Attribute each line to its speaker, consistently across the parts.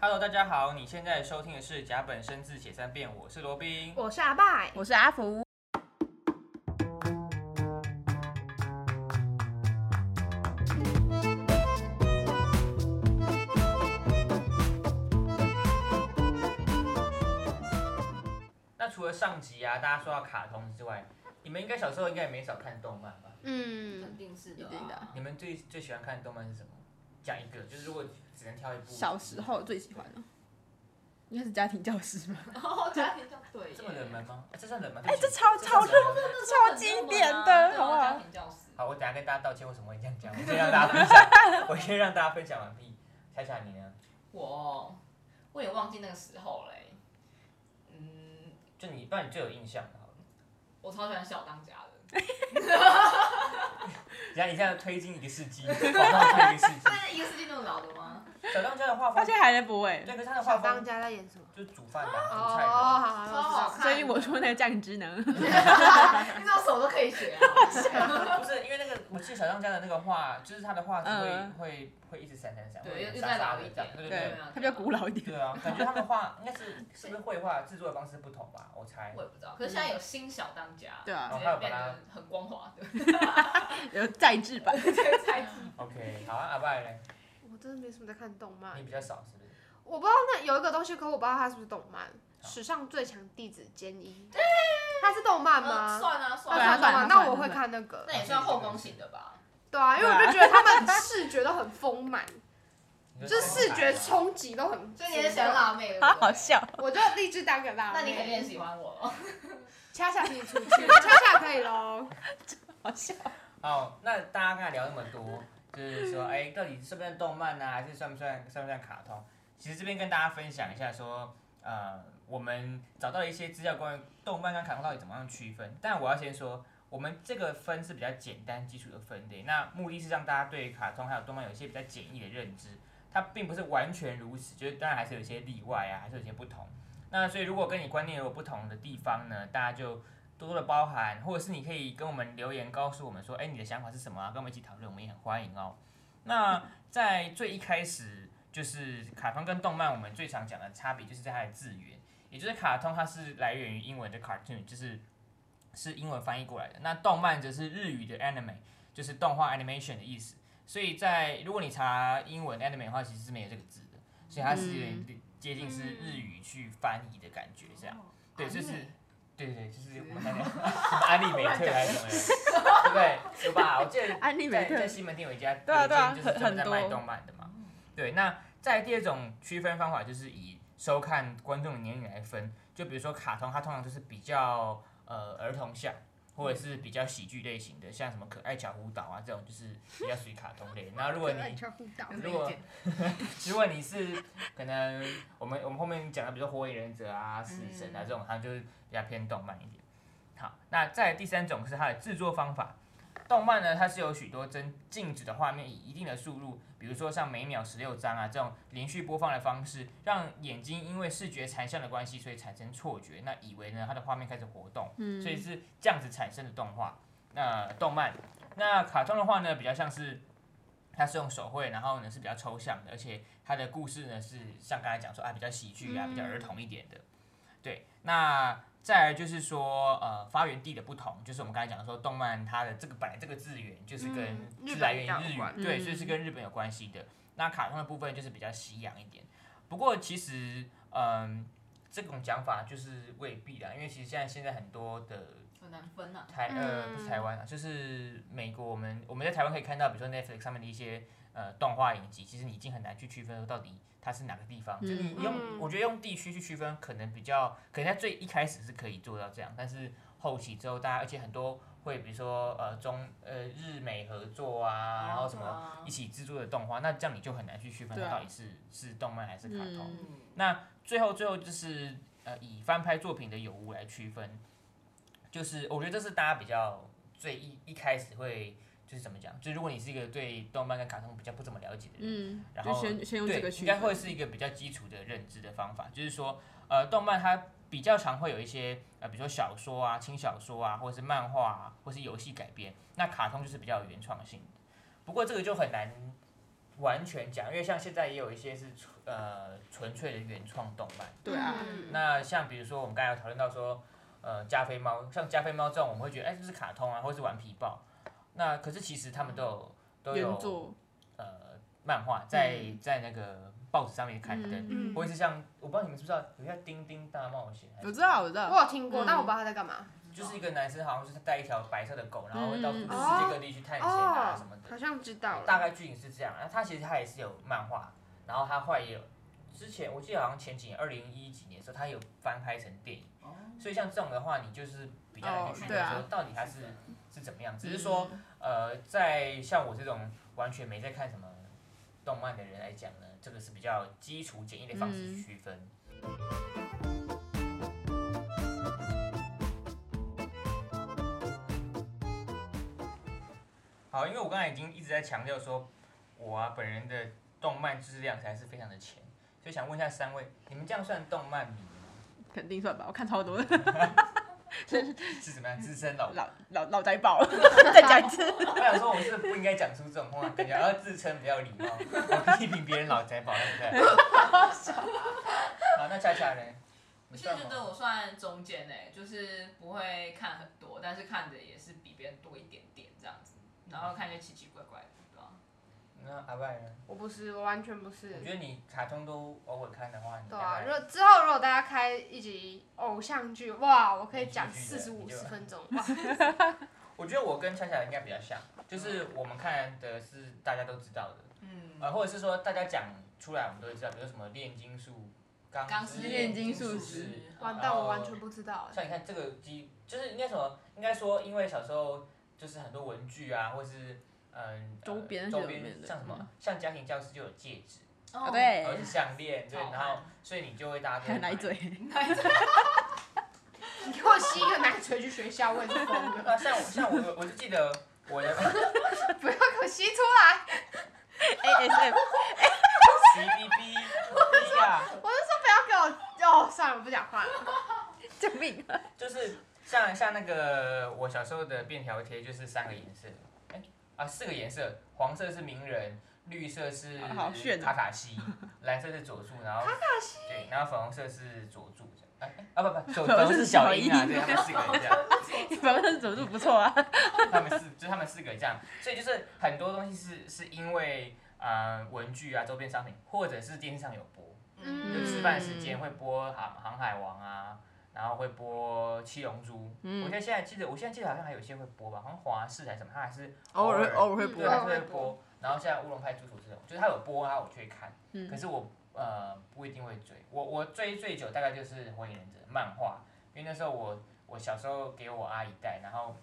Speaker 1: Hello，大家好，你现在收听的是甲本生字写三遍，我是罗宾。
Speaker 2: 我是阿拜，
Speaker 3: 我是阿福。
Speaker 1: 那除了上集啊，大家说到卡通之外，你们应该小时候应该也没少看动漫吧？
Speaker 3: 嗯
Speaker 2: 肯，定是的、啊
Speaker 3: 一定的
Speaker 1: 你们最最喜欢看的动漫是什么？讲一个，就是如果只能挑一部。
Speaker 3: 小时候最喜欢了，应该是家庭教师吧？
Speaker 2: 然后家庭教对耶，
Speaker 1: 这么冷门吗？哎这算冷门？
Speaker 3: 哎、
Speaker 1: 对
Speaker 3: 这
Speaker 1: 不起
Speaker 3: 超
Speaker 1: 这
Speaker 3: 超
Speaker 1: 算
Speaker 3: 热，
Speaker 1: 冷门
Speaker 2: 这是很
Speaker 3: 超经
Speaker 2: 热门啊
Speaker 3: 典的
Speaker 2: 对啊
Speaker 3: 好不好
Speaker 2: 家庭教师，
Speaker 1: 好，我等下跟大家道歉，为什么会这样讲？我先让大家分享，我先让大家分享完毕。恰恰你呢？
Speaker 2: 我我也忘记那个时候嘞、嗯，
Speaker 1: 就你，不然你最有印象的好了。
Speaker 2: 我超喜欢小当 家的，
Speaker 1: 等下你这样推进一个世纪， 往上推一个世纪。
Speaker 2: 是一个世纪那么老的吗？
Speaker 1: 小当家的画
Speaker 3: 他
Speaker 1: 风，
Speaker 3: 现在还在播哎、
Speaker 1: 对，可是他的画
Speaker 4: 小当
Speaker 1: 风
Speaker 4: 家在演什么？
Speaker 1: 就是煮饭的、
Speaker 4: 哦，
Speaker 1: 煮菜的。
Speaker 4: 好好
Speaker 2: 超
Speaker 4: 好，
Speaker 2: 好
Speaker 4: 我知
Speaker 2: 看，
Speaker 4: 道
Speaker 3: 所以我说那个家庭职能，
Speaker 2: 你这种手都可以 学啊，
Speaker 1: 不是因为那个，我记得小当家的那个画，就是他的画质会、
Speaker 3: 嗯
Speaker 1: 会会一直闪闪闪，
Speaker 2: 对
Speaker 1: 会有
Speaker 2: 又
Speaker 1: 沙沙
Speaker 2: 再老
Speaker 1: 的
Speaker 2: 一
Speaker 1: 这样
Speaker 2: 点，
Speaker 1: 对对
Speaker 3: 对
Speaker 1: 对。
Speaker 2: 啊，
Speaker 3: 他比较古老一点。
Speaker 1: 对啊，感觉他们画应该是是不是绘画制作的方式不同吧？我猜
Speaker 2: 我。也不知道，可是现在有新小当家，
Speaker 3: 对啊
Speaker 2: 直
Speaker 1: 哦
Speaker 2: 接变得很光滑 的
Speaker 3: 有再制版，
Speaker 2: 材质。
Speaker 1: OK，好啊，阿拜嘞，
Speaker 4: 我真的没什么在看动漫
Speaker 1: 你，比较少是不是？
Speaker 4: 我不知道那有一个东西，可我不知道它是不是动漫，《
Speaker 1: 好
Speaker 4: 史上最强弟子坚一》，它是动漫
Speaker 2: 呃
Speaker 4: 吗？
Speaker 2: 算啊
Speaker 4: 它
Speaker 2: 算
Speaker 3: 对啊
Speaker 4: 是
Speaker 2: 啊
Speaker 4: 动
Speaker 3: 算啊算啊
Speaker 4: 漫，那我会看那个
Speaker 2: 那，也算后宫型的吧？
Speaker 4: 对啊，因为我就觉得他们视觉都很丰满，
Speaker 1: 你
Speaker 4: 就是视觉
Speaker 1: 冲。
Speaker 4: 冲击都很，
Speaker 2: 所以你是喜欢辣妹，对不对
Speaker 3: 好好。笑。
Speaker 4: 我就立志当个辣妹，
Speaker 2: 那你肯定很喜欢我 了。
Speaker 4: 恰恰可以出去，恰恰可以喽。
Speaker 3: 好笑，
Speaker 1: 好，那大家刚才聊那么多，就是说，哎、到底算不算动漫呢、啊还是算不算算不算卡通？其实这边跟大家分享一下说。呃，我们找到了一些资料关于动漫跟卡通到底怎么样区分，但我要先说，我们这个分是比较简单基础的分类，那目的是让大家对卡通还有动漫有一些比较简易的认知，它并不是完全如此，就是当然还是有一些例外啊，还是有一些不同。那所以如果跟你观念有不同的地方呢，大家就多多的包涵，或者是你可以跟我们留言告诉我们说，哎、你的想法是什么啊？跟我们一起讨论，我们也很欢迎哦。那在最一开始，就是卡通跟动漫，我们最常讲的差别就是在它的字源，也就是卡通它是来源于英文的 cartoon，就是是英文翻译过来的。那动漫则是日语的 anime，就是动画 animation 的意思。所以在如果你查英文 anime 的话，其实是没有这个字的，所以它是有点接近是日语去翻译的感觉这样。对，就是
Speaker 2: 安利，
Speaker 1: 对对对，就是我们那 个安利美特还是什么的，对不对？有吧？我记得
Speaker 3: 安利美
Speaker 1: 在
Speaker 3: 特
Speaker 1: 在，西门町有一家，
Speaker 3: 对啊对
Speaker 1: 有
Speaker 3: 啊
Speaker 1: 一间就是专门在
Speaker 3: 很很
Speaker 1: 卖
Speaker 3: 多
Speaker 1: 动漫的嘛。对，那在第二种区分方法就是以收看观众的年龄来分，就比如说卡通，它通常就是比较呃儿童向，或者是比较喜剧类型的，像什么可爱巧虎岛啊这种，就是比较属于卡通类的。然后如果你如果 如果你是可能我们我们后面讲的，比如说火影忍者啊、死神啊这种，它就是比较偏动漫一点。好，那再来第三种是它的制作方法。动漫呢，它是有许多帧静止的画面，以一定的速度，比如说像每秒十六张啊这种连续播放的方式，让眼睛因为视觉残像的关系，所以产生错觉，那以为呢它的画面开始活动，
Speaker 3: 嗯
Speaker 1: 所以是这样子产生的动画。那、动漫，那卡通的话呢，比较像是它是用手绘，然后呢是比较抽象的，而且它的故事呢是像刚才讲说啊比较喜剧啊，比较儿童一点的。对，那再来就是说呃发源地的不同，就是我们刚才讲说动漫它的这个本来这个字源就是跟
Speaker 4: 嗯日
Speaker 1: 是
Speaker 4: 本
Speaker 1: 来源
Speaker 4: 比较
Speaker 1: 于
Speaker 4: 有
Speaker 1: 日
Speaker 4: 关
Speaker 1: 语，对，
Speaker 3: 嗯
Speaker 1: 所以是跟日本有关系的。那卡通的部分就是比较西洋一点，不过其实嗯。这种讲法就是未必啦，因为其实现在现在很多的
Speaker 2: 很难分啊。
Speaker 1: 台呃
Speaker 4: 嗯
Speaker 1: 不是台湾啊，就是美国，我们我们在台湾可以看到，比如说 Netflix 上面的一些呃动画影集，其实你已经很难去区分说到底它是哪个地方，就你用、
Speaker 4: 嗯
Speaker 1: 我觉得用地区去区分可能比较，可能在最一开始是可以做到这样，但是后期之后大家而且很多会比如说呃中呃日美合作啊，然后什么
Speaker 2: 么
Speaker 1: 一起制作的动画，那这样你就很难去区分它
Speaker 3: 对啊
Speaker 1: 到底是、是动漫还是卡通。
Speaker 3: 嗯
Speaker 1: 最后最后就是呃以翻拍作品的有无来区分，就是我觉得这是大家比较最一一开始会就是怎么讲，就如果你是一个对动漫跟卡通比较不怎么了解的人，
Speaker 3: 嗯，
Speaker 1: 然
Speaker 3: 就
Speaker 1: 后
Speaker 3: 先先用这
Speaker 1: 对
Speaker 3: 个
Speaker 1: 应
Speaker 3: 去
Speaker 1: 该会是一个比较基础的认知的方法，就是说呃动漫它比较常会有一些呃比如说小说啊、轻小说啊，或者是漫画啊，或是游戏改编，那卡通就是比较有原创性的。不过这个就很难完全讲，因为像现在也有一些是纯呃纯粹的原创动漫。
Speaker 3: 对啊，
Speaker 4: 嗯
Speaker 1: 那像比如说我们刚才有讨论到说，呃，加菲猫，像加菲猫这种，我们会觉得哎，这是卡通啊，或是顽皮豹。那可是其实他们都有都
Speaker 3: 原
Speaker 1: 有
Speaker 3: 作，
Speaker 1: 呃漫画在在那个报纸上面刊登，
Speaker 3: 嗯
Speaker 1: 或者是像我不知道你们知不知道，有一叫《丁丁大冒险》还是，
Speaker 3: 我知道，我知
Speaker 4: 我
Speaker 3: 道，
Speaker 4: 有听过，
Speaker 3: 嗯
Speaker 4: 但我不知道他在干嘛。
Speaker 1: 就是一个男生好像就是带一条白色的狗，然后会到世
Speaker 3: 嗯哦
Speaker 1: 界各地去探险啊什么的。
Speaker 4: 哦好像知道
Speaker 1: 大
Speaker 4: 了。
Speaker 1: 概剧情是这样。那他其实他也是有漫画，然后他后来也有之前我记得好像前几年二零一几年的时候，他有翻拍成电影。
Speaker 2: 哦
Speaker 1: 所以像这种的话，你就是比较难
Speaker 3: 哦
Speaker 1: 去区
Speaker 3: 对
Speaker 1: 分
Speaker 3: 啊
Speaker 1: 说到底它是是怎么样。只是说，
Speaker 3: 嗯
Speaker 1: 呃，在像我这种完全没在看什么动漫的人来讲呢，这个是比较基础简易的方式
Speaker 3: 嗯
Speaker 1: 区分。好，因为我刚才已经一直在强调说，我啊本人的动漫质量才是非常的浅，所以想问一下三位，你们这样算动漫迷吗？
Speaker 3: 肯定算吧，我看超多的，
Speaker 1: 是怎么样资深老
Speaker 3: 老老老宅 宝，再讲一次，
Speaker 1: 我想说，我是不应该讲出这种话，感觉要自称比较礼貌，我批评别人老宅宝，对不对？好，那恰恰呢？
Speaker 2: 我
Speaker 1: 你
Speaker 2: 现
Speaker 1: 算
Speaker 2: 在觉得
Speaker 1: 吗？
Speaker 2: 我算中间哎、就是不会看很多，但是看的也是比别人多一点点这样子，然后看一些奇奇怪怪的，对吧、
Speaker 1: 那阿拜呢？
Speaker 4: 我不是，我完全不是
Speaker 1: 我。觉得你卡通都偶尔看的话，你
Speaker 4: 对啊，
Speaker 1: 大
Speaker 4: 如
Speaker 1: 概
Speaker 4: 果之后如果大家开一集偶像剧，哇，我可以讲
Speaker 1: 连续
Speaker 4: 四
Speaker 1: 剧的
Speaker 4: 十五
Speaker 1: 你就
Speaker 4: 十分钟，哇，
Speaker 1: 我觉得我跟恰恰应该比较像，就是我们看的是大家都知道的，
Speaker 2: 嗯，
Speaker 1: 呃，或者是说大家讲出来我们都会知道，比如说什么炼金术、钢
Speaker 2: 钢
Speaker 1: 之
Speaker 2: 丝
Speaker 3: 炼金
Speaker 1: 术
Speaker 3: 术
Speaker 1: 师
Speaker 3: 师。
Speaker 4: 完
Speaker 2: 哦
Speaker 4: 蛋，我完全不知道。
Speaker 1: 像你看这个机，就是应该什么？应该说，因为小时候就是很多文具啊，或是嗯、呃
Speaker 3: 周边
Speaker 1: 周
Speaker 3: 就有
Speaker 1: 边
Speaker 3: 的
Speaker 1: 像什么
Speaker 3: 嗯，
Speaker 1: 像家庭教师就有戒指，
Speaker 2: 哦，
Speaker 1: 然后
Speaker 3: 对
Speaker 1: 是，项链，对，
Speaker 3: 哎
Speaker 2: 好
Speaker 1: 然后所以你就会大家
Speaker 3: 还有
Speaker 1: 都
Speaker 3: 奶
Speaker 1: 买。
Speaker 3: 嘴，
Speaker 4: 你给我吸一个奶嘴去学校，我也是疯 了，
Speaker 1: 啊，像我像我我就记得我的
Speaker 4: 不要给我吸出来，
Speaker 3: ASM，
Speaker 1: C B B B 啊，
Speaker 4: 不要给我，哦，算了，我不讲话了。
Speaker 3: 救命！
Speaker 1: 就是像像那个我小时候的便条贴就是三个颜色，哎、啊四个颜色，黄色是名人，绿色是
Speaker 3: 啊好炫哦
Speaker 1: 卡卡西，蓝色是佐助，然后卡卡西对，然后粉红色是佐助这样。哎哎啊不不， 佐
Speaker 3: 粉红
Speaker 1: 佐
Speaker 3: 色
Speaker 1: 是
Speaker 3: 是
Speaker 1: 小
Speaker 3: 小
Speaker 1: 樱啊，
Speaker 3: 樱
Speaker 1: 对，他们四个这样，
Speaker 3: 反正佐助不错啊，
Speaker 1: 他们四就他们四个这样，所以就是很多东西是是因为呃文具啊周边商品，或者是电视上有播，就
Speaker 4: 嗯
Speaker 1: 吃饭时间会播《航航海王》啊，然后会播《七龙珠》
Speaker 3: 嗯
Speaker 1: 我现在现在记得，我现在记得好像还有一些会播吧，好像华视还是什么，它还是
Speaker 3: 偶尔偶尔会
Speaker 1: 对
Speaker 3: 播
Speaker 1: 还
Speaker 4: 嗯
Speaker 1: 是会播。然后现在乌龙派出所这种，就是它有播啊，我就会看。
Speaker 3: 嗯
Speaker 1: 可是我呃不一定会追，我我追最久大概就是《火影忍者》漫画，因为那时候我我小时候给我阿姨带，然后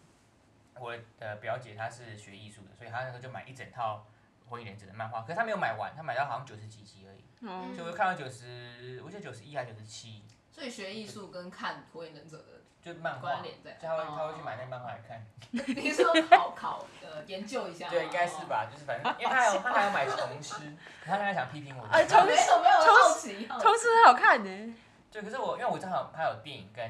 Speaker 1: 我的表姐她是学艺术的，所以她那时候就买一整套《火影忍者》的漫画，可是她没有买完，她买到好像九十几集而已。
Speaker 3: 哦，
Speaker 1: 就会看到九十，我记得九十一还九十七，
Speaker 2: 所以学艺术跟看《火影忍者》的
Speaker 1: 就漫画
Speaker 2: 关，联在，哦
Speaker 1: 就他会他会去买那漫画来看。
Speaker 2: 那，你是说考考呃研究一下 吗，
Speaker 1: 对，应该是吧，就是反正因为他还有他还要买虫师，他刚才想批评我。
Speaker 3: 哎
Speaker 2: 哦。
Speaker 3: 虫
Speaker 2: 没有没有好奇，好奇
Speaker 3: 虫师很好看呢，
Speaker 1: 对，可是我因为我正好他有电影跟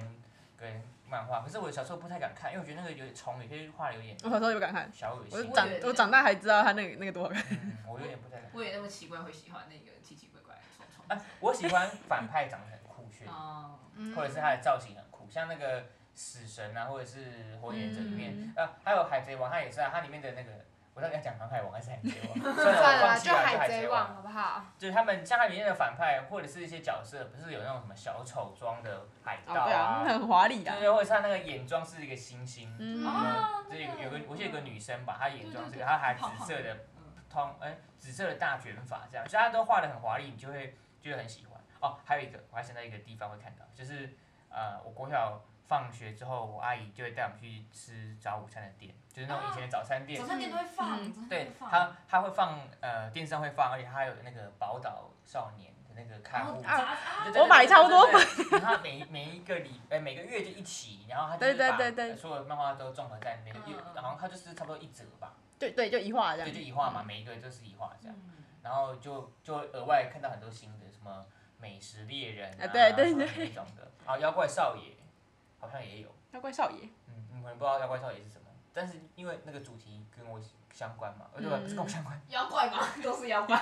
Speaker 1: 跟漫画，可是我小时候不太敢看，因为我觉得那个有点虫，有些画的有点
Speaker 3: 我小时候就不敢看，
Speaker 1: 小恶
Speaker 3: 我
Speaker 1: 心。
Speaker 3: 长
Speaker 2: 对
Speaker 3: 我长大还知道他那个那个多好看，
Speaker 1: 嗯，我有点不太敢。
Speaker 2: 我也那么奇怪会喜欢那个奇奇怪怪的虫虫。
Speaker 1: 啊，我喜欢反派长得很酷炫，
Speaker 2: 哦，
Speaker 4: 嗯
Speaker 1: 或者是他的造型很酷，像那个死神啊，或者是火影忍者里面
Speaker 3: 嗯，
Speaker 1: 啊，还有海贼王，他也是啊，他里面的那个，我到底要讲航海王还是海贼王？算了，
Speaker 4: 算
Speaker 1: 我
Speaker 4: 了，
Speaker 1: 放弃
Speaker 4: 就
Speaker 1: 了，
Speaker 4: 海
Speaker 1: 贼
Speaker 4: 贼王好不好？
Speaker 1: 就是他们像他里面的反派或者是一些角色，不是有那种什么小丑装的海盗
Speaker 3: 哦对啊，那很华丽
Speaker 1: 对
Speaker 3: 啊，
Speaker 1: 对，或者是他那个眼妆是一个星星，
Speaker 3: 嗯
Speaker 2: 哦
Speaker 1: 就是有有个
Speaker 2: 那个
Speaker 1: 我记得有个女生吧，她眼妆是
Speaker 2: 对
Speaker 1: 个，
Speaker 2: 对对
Speaker 1: 她还紫色的
Speaker 2: 嗯
Speaker 1: 通，哎、紫色的大卷发这样，所以她都画的很华丽，你就会就会很喜欢。哦，还有一个我还想到一个地方会看到，就是呃，我国小放学之后，我阿姨就会带我们去吃早午餐的店，就是那种以前的早餐店
Speaker 2: 早，餐店都会放，
Speaker 3: 嗯
Speaker 2: 早餐店
Speaker 1: 对
Speaker 2: 都会，放
Speaker 1: 他他会放呃电视上会放，而且他有那个宝岛少年的那个
Speaker 2: 然
Speaker 1: 刊
Speaker 2: 后
Speaker 1: 物。
Speaker 2: 杂啊
Speaker 1: 对对对
Speaker 3: 哦我买超多
Speaker 1: 对对对 然后每每一个礼呃每个月就一起，然后他就是
Speaker 3: 对对
Speaker 1: 把
Speaker 3: 对对
Speaker 1: 所有漫画都综合在那边，
Speaker 2: 嗯嗯
Speaker 1: 然后他就是差不多一折吧，
Speaker 3: 对对，就一画这
Speaker 1: 对，
Speaker 3: 样嗯
Speaker 1: 就，一画嘛，每一个就是一画这样，
Speaker 2: 嗯
Speaker 1: 然后就就额外看到很多新的什么美食猎人啊，
Speaker 3: 啊对对对
Speaker 1: 什么那种的，啊妖怪少爷好像也有，
Speaker 3: 妖怪少爷，
Speaker 1: 嗯，你们可能不知道妖怪少爷是什么，但是因为那个主题跟我相关嘛，呃，对吧？不是跟我相关，
Speaker 2: 妖怪吗？ 都是妖怪。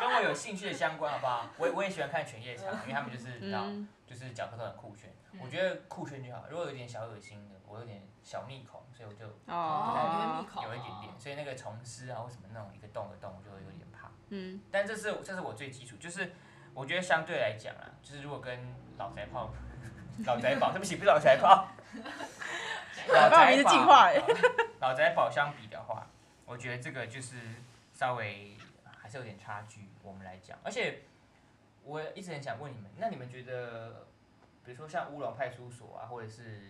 Speaker 1: 跟我有兴趣的相关，好不好？我也我也喜欢看犬夜叉，因为他们就是你知道，
Speaker 3: 嗯，
Speaker 1: 就是角色都很酷炫。
Speaker 2: 嗯
Speaker 1: 我觉得酷炫就好，如果有点小恶心的，我有点小逆恐，所以我就
Speaker 2: 哦，
Speaker 3: 哦，
Speaker 2: 密口
Speaker 1: 有一点点，所以那个虫师啊或什么那种一个洞的洞，我就会有点怕。
Speaker 3: 嗯，
Speaker 1: 但这是这是我最基础，就是我觉得相对来讲啊，就是如果跟老宅炮、 老宅宝，对不起，不是老宅炮，老
Speaker 3: 把我
Speaker 1: 宅
Speaker 3: 名字
Speaker 1: 宝
Speaker 3: 进化欸
Speaker 1: 老宅宝相比的话，我觉得这个就是稍微还是有点差距。我们来讲，而且我一直很想问你们，那你们觉得，比如说像乌龙派出所啊，或者是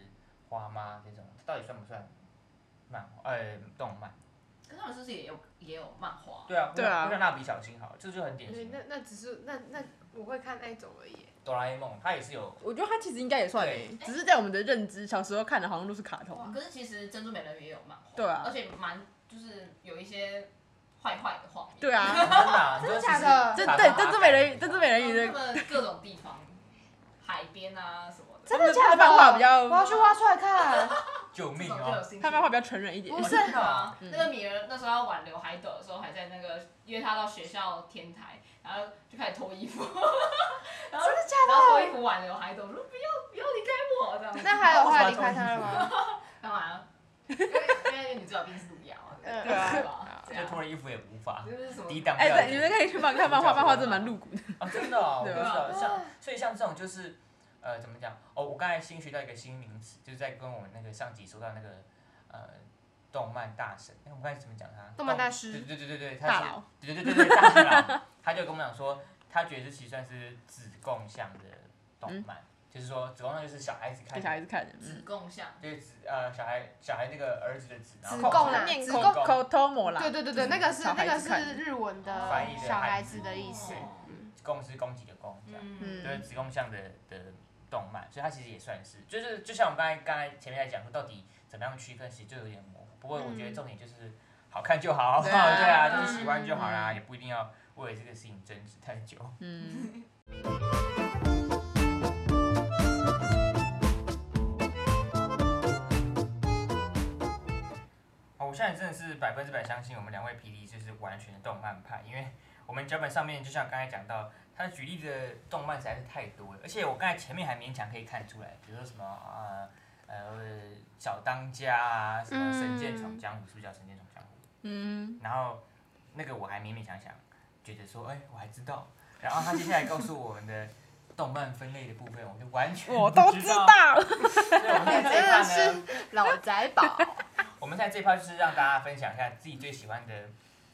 Speaker 1: 花妈这种，到底算不算漫画？呃，动漫？
Speaker 2: 可是他们是不是也有也有漫画？
Speaker 1: 对啊，
Speaker 3: 对啊
Speaker 1: 就像蜡笔小新好了，这就很典
Speaker 4: 对
Speaker 1: 型
Speaker 4: 那。那只是那那我会看那一种而已。
Speaker 1: 哆啦 A 梦它也是有
Speaker 3: 我觉得他其实应该也算诶，只是在我们的认知，小时候看的好像都是卡
Speaker 2: 哇，
Speaker 3: 通。
Speaker 2: 可是其实珍珠美人鱼也有漫画，
Speaker 3: 对啊
Speaker 2: 而且蛮就是有一些坏坏的画面，
Speaker 3: 对
Speaker 1: 真
Speaker 3: 啊，
Speaker 1: 的啊，你
Speaker 4: 真
Speaker 1: 说
Speaker 4: 的
Speaker 1: 其
Speaker 4: 假
Speaker 1: 实
Speaker 4: 的
Speaker 3: 这
Speaker 1: 卡
Speaker 3: 对
Speaker 1: 通
Speaker 3: 珍
Speaker 1: 它
Speaker 3: 珠
Speaker 1: 改
Speaker 3: 美人
Speaker 1: 的
Speaker 3: 鱼，珍珠美人鱼
Speaker 2: 然后
Speaker 3: 的
Speaker 2: 他们各种地方，海边啊什么的，
Speaker 4: 真
Speaker 3: 的
Speaker 4: 的
Speaker 3: 假的
Speaker 4: 假的？
Speaker 3: 我
Speaker 4: 我
Speaker 3: 要
Speaker 4: 要
Speaker 3: 去
Speaker 4: 去挖出来看。
Speaker 1: 救
Speaker 2: 这
Speaker 1: 命
Speaker 2: 种就有
Speaker 1: 哦！
Speaker 2: 兴趣。
Speaker 3: 他漫画比较成人一点
Speaker 4: 不。是
Speaker 2: 真的啊，
Speaker 3: 嗯
Speaker 2: 那个米儿那时候要挽留海斗的时候，还在那个约他到学校天台，然后就开始脱衣服，然后
Speaker 4: 真的假
Speaker 2: 然后脱衣服挽留海斗，说不要不要离开我这样子。
Speaker 4: 那还有后来离开他了吗？
Speaker 2: 干嘛？因为因为你知道毕竟是毒药啊，
Speaker 4: 嗯
Speaker 2: 对吧对吧？这
Speaker 1: 就
Speaker 2: 样
Speaker 1: 脱了衣服也无法
Speaker 2: 就是什么
Speaker 1: 抵挡不
Speaker 3: 哎，
Speaker 1: 了
Speaker 3: 对，你们可以去漫看漫画，漫画真的蛮露骨的。
Speaker 1: 啊！真的哦，我不
Speaker 3: 对
Speaker 1: 知
Speaker 3: 吧
Speaker 1: 道。像
Speaker 4: 啊
Speaker 1: 所以像这种就是呃怎么讲？哦，我刚才新学到一个新名词，就是在跟我们那个上集说到那个呃动漫大神，哎，我们刚才怎么讲他？
Speaker 4: 动漫大师
Speaker 1: 对对对对对，他
Speaker 3: 大
Speaker 1: 是
Speaker 3: 佬，
Speaker 1: 对对对对对大佬，他就跟我们讲说，他觉得这其实算是子贡向的动
Speaker 4: 嗯
Speaker 1: 漫，就是说子贡向就是小孩子看
Speaker 3: 给
Speaker 1: 的
Speaker 3: 小孩子看的。
Speaker 2: 子
Speaker 3: 嗯，
Speaker 2: 供像，
Speaker 1: 就是子呃小孩小孩那个儿子的子，然后
Speaker 4: 子
Speaker 1: 控
Speaker 4: 贡
Speaker 1: 制
Speaker 4: 啦
Speaker 3: 面
Speaker 4: 子
Speaker 3: 孔
Speaker 1: 贡
Speaker 3: 口头抹啦。
Speaker 4: 对对对对，那个是
Speaker 3: 小孩
Speaker 4: 那
Speaker 3: 子
Speaker 4: 个是
Speaker 3: 看
Speaker 4: 日文的
Speaker 1: 翻译的
Speaker 4: 小
Speaker 1: 汉
Speaker 4: 孩
Speaker 1: 字
Speaker 4: 子的意思
Speaker 2: 对。
Speaker 4: 嗯
Speaker 1: 贡是供给的供，这样。
Speaker 2: 嗯，
Speaker 1: 就是子宫向的的动漫，所以它其实也算是，就是就像我们刚才刚才前面在讲说，到底怎么样区分，其实就有点模糊。不过我觉得重点就是好看就好，好不好？
Speaker 3: 嗯对啊
Speaker 1: 对啊，
Speaker 2: 对
Speaker 1: 就
Speaker 2: 啊
Speaker 1: 是喜欢就好啦，
Speaker 3: 嗯
Speaker 1: 也不一定要为了这个事情争执太久。
Speaker 3: 嗯，
Speaker 1: 哦，我现在真的是百分之百相信我们两位 P D 就是完全的动漫派，因为我们脚本上面就像刚才讲到，他举例的动漫实在是太多了，而且我刚才前面还勉强可以看出来，比如说什么呃呃小当家啊，什么神剑闯江湖，是不是叫神剑闯江湖？
Speaker 3: 嗯，
Speaker 1: 然后那个我还勉勉强强觉得说，哎、我还知道。然后他接下来告诉我们的动漫分类的部分，我就完全
Speaker 3: 嗯我
Speaker 1: 不
Speaker 3: 都
Speaker 1: 知
Speaker 3: 知
Speaker 1: 道。
Speaker 3: 道。
Speaker 1: 所 以我们在这一
Speaker 4: 真的
Speaker 1: 趴呢，
Speaker 4: 是老宅宝，
Speaker 1: 我们在这一趴就是让大家分享一下自己最喜欢的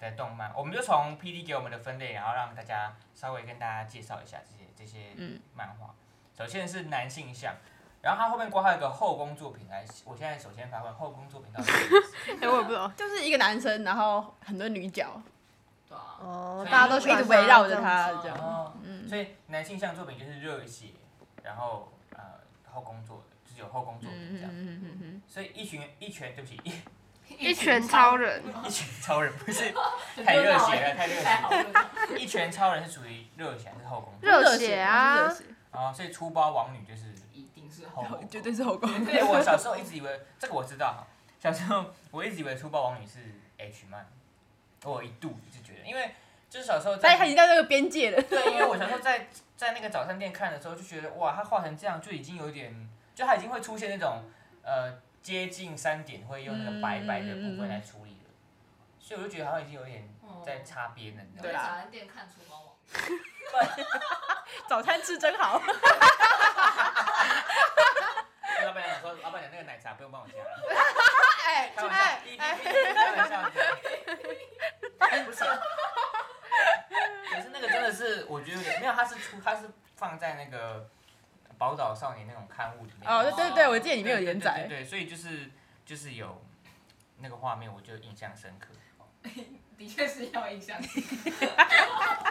Speaker 1: 的动漫，我们就从 P D 给我们的分类，然后让大家稍微跟大家介绍一下这些这些
Speaker 3: 嗯
Speaker 1: 漫画。首先是男性向，然后它后面挂号一个后宫作品来，我现在首先发问后宫作品到底是什么意思？
Speaker 3: 哎，我也不懂，就是一个男生，然后很多女角，
Speaker 2: 对啊，
Speaker 4: 哦
Speaker 1: 大家都
Speaker 3: 一
Speaker 1: 喜欢
Speaker 3: 直围绕着他这样。
Speaker 1: 哦，
Speaker 3: 嗯
Speaker 1: 所以男性向作品就是热血，然后呃后工作就是有后工作品这样。
Speaker 3: 嗯嗯嗯
Speaker 1: 所以一群一拳，对不起，一
Speaker 4: 一拳超人，
Speaker 1: 一拳超人 不是太热血了，太热血
Speaker 2: 啊太好
Speaker 1: 了。
Speaker 2: 了，
Speaker 1: 一拳超人是属于热血还是后工作？
Speaker 4: 热血啊
Speaker 3: 热血
Speaker 1: 啊，所以粗包王女就是
Speaker 2: 一定是
Speaker 1: 后
Speaker 2: 好。
Speaker 1: 宫
Speaker 3: 热血，绝对是后宫。
Speaker 1: 因为我小时候一直以为这个我知道，小时候我一直以为粗包王女是 H 漫，我一度就觉得，因为就是小时候
Speaker 3: 但
Speaker 1: 在
Speaker 3: 他已经到那个边界了。
Speaker 1: 对，因为我小时候在在那个早餐店看的时候，就觉得哇，它画成这样就已经有点，就它已经会出现那种呃接近三点会用那个白白的部分来处理了，所以我就觉得好像已经有点在擦边了，你知道
Speaker 2: 对
Speaker 1: 吗？
Speaker 4: 啊
Speaker 2: 啦，早餐店看厨房网，
Speaker 3: 早餐吃真好。
Speaker 1: 跟老板娘说，老板娘那个奶茶不用帮我加了，
Speaker 4: 哎
Speaker 1: 开玩笑
Speaker 4: 哎，
Speaker 1: 一
Speaker 4: 哎，
Speaker 1: 一开玩笑的，哎不是。可是那个真的是，我觉得有点没有，它是出，它是放在那个《宝岛少年》那种刊物里面。
Speaker 3: 哦，对对对，我记得里面有
Speaker 1: 对对
Speaker 3: 连
Speaker 1: 对对
Speaker 3: 载。
Speaker 1: 对，所以就是就是有那个画面，我就印象深刻。
Speaker 2: 的确是要印象深刻。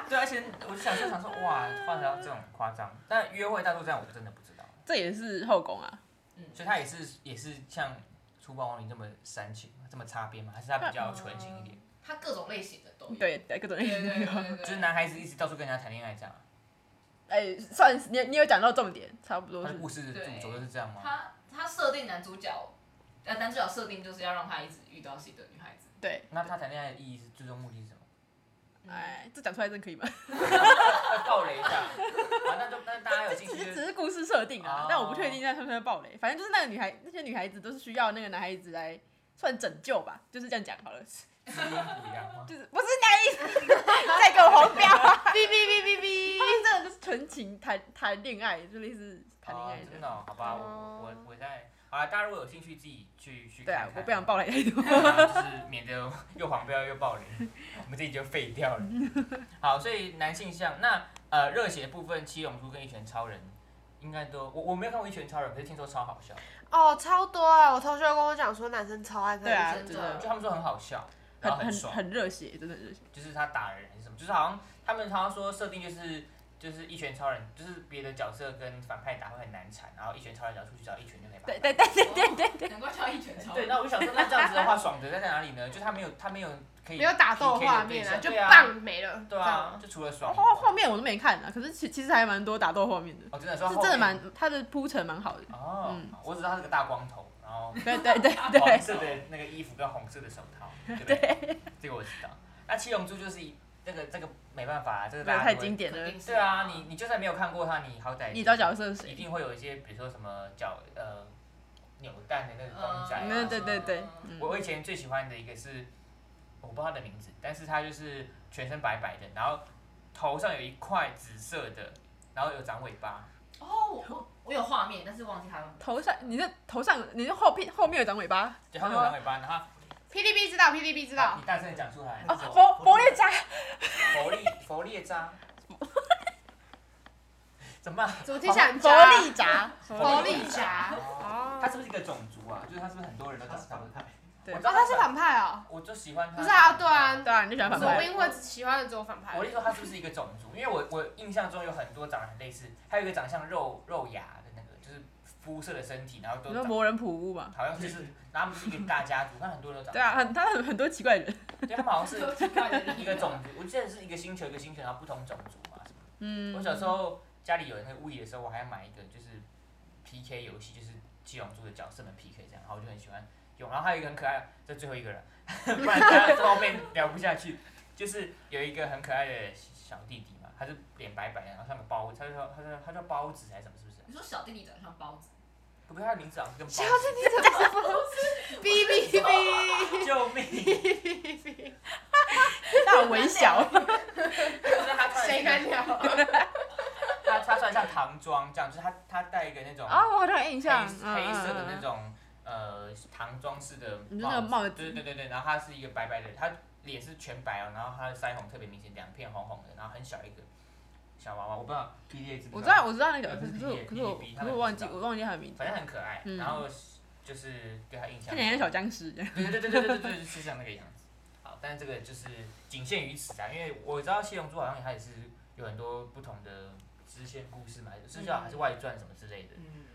Speaker 1: 对，而且我就想说想说，哇，画成这种夸张。但约会大作战我真的不知道，
Speaker 3: 这也是后宫啊，
Speaker 2: 嗯，
Speaker 1: 所以他也是也是像《粗暴王林》这么煽情，这么擦边吗？还是他比较纯情一点？
Speaker 2: 它各种类型的都有。
Speaker 3: 对，各种类
Speaker 2: 对
Speaker 3: 型
Speaker 2: 对对
Speaker 3: 都有。
Speaker 2: 对
Speaker 1: 就
Speaker 2: 对，
Speaker 1: 是男孩子一直到处跟人家谈恋爱这样， 啊
Speaker 3: 哎，算是你你有讲到重点，差不多
Speaker 1: 他的
Speaker 3: 是。
Speaker 1: 故事的主轴就是这样吗？
Speaker 2: 他他设定男主角，呃，但至少设定就是要让他一直遇到心的女孩子。
Speaker 3: 对，
Speaker 1: 那他谈恋爱的意义是最终目的是什么？
Speaker 3: 哎，这讲出来真的可以吗？
Speaker 1: 要爆雷一下，啊，那就那大家有
Speaker 3: 其
Speaker 1: 兴
Speaker 3: 实
Speaker 1: 趣就
Speaker 3: 只是故事设定啊
Speaker 1: 哦，
Speaker 3: 但我不确定那算不算暴雷。反正就是那个女孩，那些女孩子都是需要那个男孩子来算拯救吧，就是这样讲好了。
Speaker 1: 知音不一样吗？
Speaker 3: 就是不是那个意思，再给我黄标啊！
Speaker 4: 哔哔哔哔
Speaker 3: 他
Speaker 4: 哔。
Speaker 3: 们真的就是纯情谈谈恋爱，就类似谈恋爱
Speaker 1: 哦真的
Speaker 3: 的。
Speaker 1: 哦，好吧，我我我我在，好啦，大家如果有兴趣自己去去
Speaker 3: 对
Speaker 1: 看
Speaker 3: 啊
Speaker 1: 看，，
Speaker 3: 我不想暴雷太多。
Speaker 1: 就是免得又黄标又暴雷，我们这己就废掉了。好，所以男性向那呃热血部分，七龙珠跟一拳超人应该都我我没有看过一拳超人，可是听说超好笑，
Speaker 4: 哦，超多啊！我同学跟我讲说，男生超爱看
Speaker 3: 对啊，
Speaker 4: 真
Speaker 3: 真
Speaker 2: 的
Speaker 1: 就
Speaker 3: 的
Speaker 1: 他们说很好笑，然
Speaker 3: 很
Speaker 1: 后很
Speaker 3: 很
Speaker 1: 爽，
Speaker 3: 很热血，真的很热血。
Speaker 1: 就是他打人还是什么，就是好像他们常常说设定就是。就是一拳超人，就是别的角色跟反派打会很难缠，然后一拳超人只要出去只要一拳就可以把他
Speaker 3: 对对对对对对，
Speaker 2: 对，难怪叫一拳超
Speaker 1: 对，
Speaker 2: 人。
Speaker 1: 那我就想说，那这样子的话，爽的在哪里呢？就他没有，他没有可以
Speaker 4: 没有打斗
Speaker 1: PK 的
Speaker 4: 画面啊，
Speaker 1: 对
Speaker 4: 就
Speaker 1: 象
Speaker 4: 棒没了。
Speaker 1: 对啊，对啊，就除了爽以外。
Speaker 3: 画画哦面我都没看啊，可是其其实还蛮多打斗画面的，
Speaker 1: 哦，真的说
Speaker 3: 是
Speaker 1: 后
Speaker 3: 真的
Speaker 1: 面
Speaker 3: 蛮他的铺陈蛮好的。
Speaker 1: 哦
Speaker 3: 嗯，
Speaker 1: 我只知道他是个大光头，然 后
Speaker 3: 对对对
Speaker 1: 黄
Speaker 3: 对，
Speaker 1: 色的那个衣服跟红色的手套，对不对？这个我知道。那七龙珠就是一这个这个没办法，啊这个大家
Speaker 3: 太
Speaker 1: 都会
Speaker 3: 经典
Speaker 2: 肯
Speaker 3: 了
Speaker 2: 定。是
Speaker 1: 对啊，你你就算没有看过他，你好歹
Speaker 3: 你知道角色是
Speaker 1: 一
Speaker 3: 谁？
Speaker 1: 定会有一些，比如说什么脚呃扭蛋的那个公仔啊，
Speaker 2: 嗯
Speaker 3: 那对对对，嗯
Speaker 1: 我我以前最喜欢的一个是，我不知道他的名字，但是他就是全身白白的，然后头上有一块紫色的，然后有长尾巴，
Speaker 2: 哦，我我我有画面，但是忘记他了。
Speaker 3: 头上，你的头上，你的后片后面有长尾巴，
Speaker 1: 对，他有长尾巴，然后
Speaker 4: 霹雳 B 知道，霹雳 B 知道
Speaker 1: 你。大声地讲出来，
Speaker 3: 哦，佛佛列加，
Speaker 1: 佛利佛列渣，怎么办？
Speaker 4: 怎么听起来很渣
Speaker 3: 佛利扎，
Speaker 4: 佛利侠？
Speaker 1: 哦，他是不是一个种族啊？就是他是不是很多人都长反派？
Speaker 3: 对
Speaker 1: 我知
Speaker 4: 哦，
Speaker 1: 道
Speaker 4: 他是，反派哦。
Speaker 1: 我就喜欢他。
Speaker 4: 不是啊，对啊，
Speaker 3: 对啊，你就喜欢反
Speaker 4: 左
Speaker 3: 派。
Speaker 4: 兵会喜欢的只有反派
Speaker 1: 我。跟你说，他是不是一个种族？因为我我印象中有很多长得很类似，还有一个长相肉肉芽的那个，就是肤色的身体，然后都
Speaker 3: 你说
Speaker 1: 长
Speaker 3: 魔人普乌嘛？
Speaker 1: 好像就是，然后他们是一个大家族，那很多人都长
Speaker 3: 对啊，
Speaker 1: 得
Speaker 3: 很他很很多奇怪的人。
Speaker 1: 像，对他们好像是
Speaker 2: 奇怪的人
Speaker 1: 一个种族，我记得是一个星球一个星球，然后不同种族嘛。是吗
Speaker 3: 嗯，
Speaker 1: 我小时候家里有那个物理的时候，我还买一个就是 PK 游戏，就是七龙珠的角色们 PK 这样，然后我就很喜欢用。然后还有一个很可爱的，这最后一个了， 不然大家后面聊不下去。就是有一个很可爱的小弟弟嘛，他是脸白白的，然后像个包，他就说他说他叫包子还是什么，是不是？
Speaker 2: 你说小弟弟长得像包子，
Speaker 1: 不过他的名字好像跟包
Speaker 4: 小弟
Speaker 1: 子，
Speaker 4: 弟怎么不？哔哔
Speaker 2: 哦
Speaker 4: 哔！
Speaker 1: 救命！
Speaker 3: 大微小，
Speaker 1: 就是他穿
Speaker 4: 谁
Speaker 1: 一个
Speaker 4: 敢聊？
Speaker 1: 他他穿像唐装这样，就是他他戴一个那种
Speaker 3: 啊，我好像有印
Speaker 1: 黑、
Speaker 3: 象，
Speaker 1: 黑色的那
Speaker 3: 嗯。嗯嗯
Speaker 1: 种呃唐装式的
Speaker 3: 你说那个帽子
Speaker 1: 对对对对，然后他是一个白白的，他脸是全白哦，然后他的腮红特别明显，两片红红的，然后很小一个小娃娃，我不知道 P D A 知不
Speaker 3: 我
Speaker 1: 知
Speaker 3: 知
Speaker 1: 道，
Speaker 3: 道，我知道那个，
Speaker 1: 呃不
Speaker 3: 可
Speaker 1: 是
Speaker 3: 是我
Speaker 1: PK
Speaker 3: 可是我
Speaker 1: PK
Speaker 3: 可是我忘记我忘记他的名字
Speaker 1: 反，正很可爱，
Speaker 3: 嗯
Speaker 1: 然后就是对他印象，
Speaker 3: 看起来像小僵尸一样。
Speaker 1: 对对对对对对对，就是像那个样子。好，但是这个就是仅限于此啊，因为我知道《七龙珠》好像它也是有很多不同的支线故事嘛，是
Speaker 3: 嗯
Speaker 1: 叫还是外传什么之类的，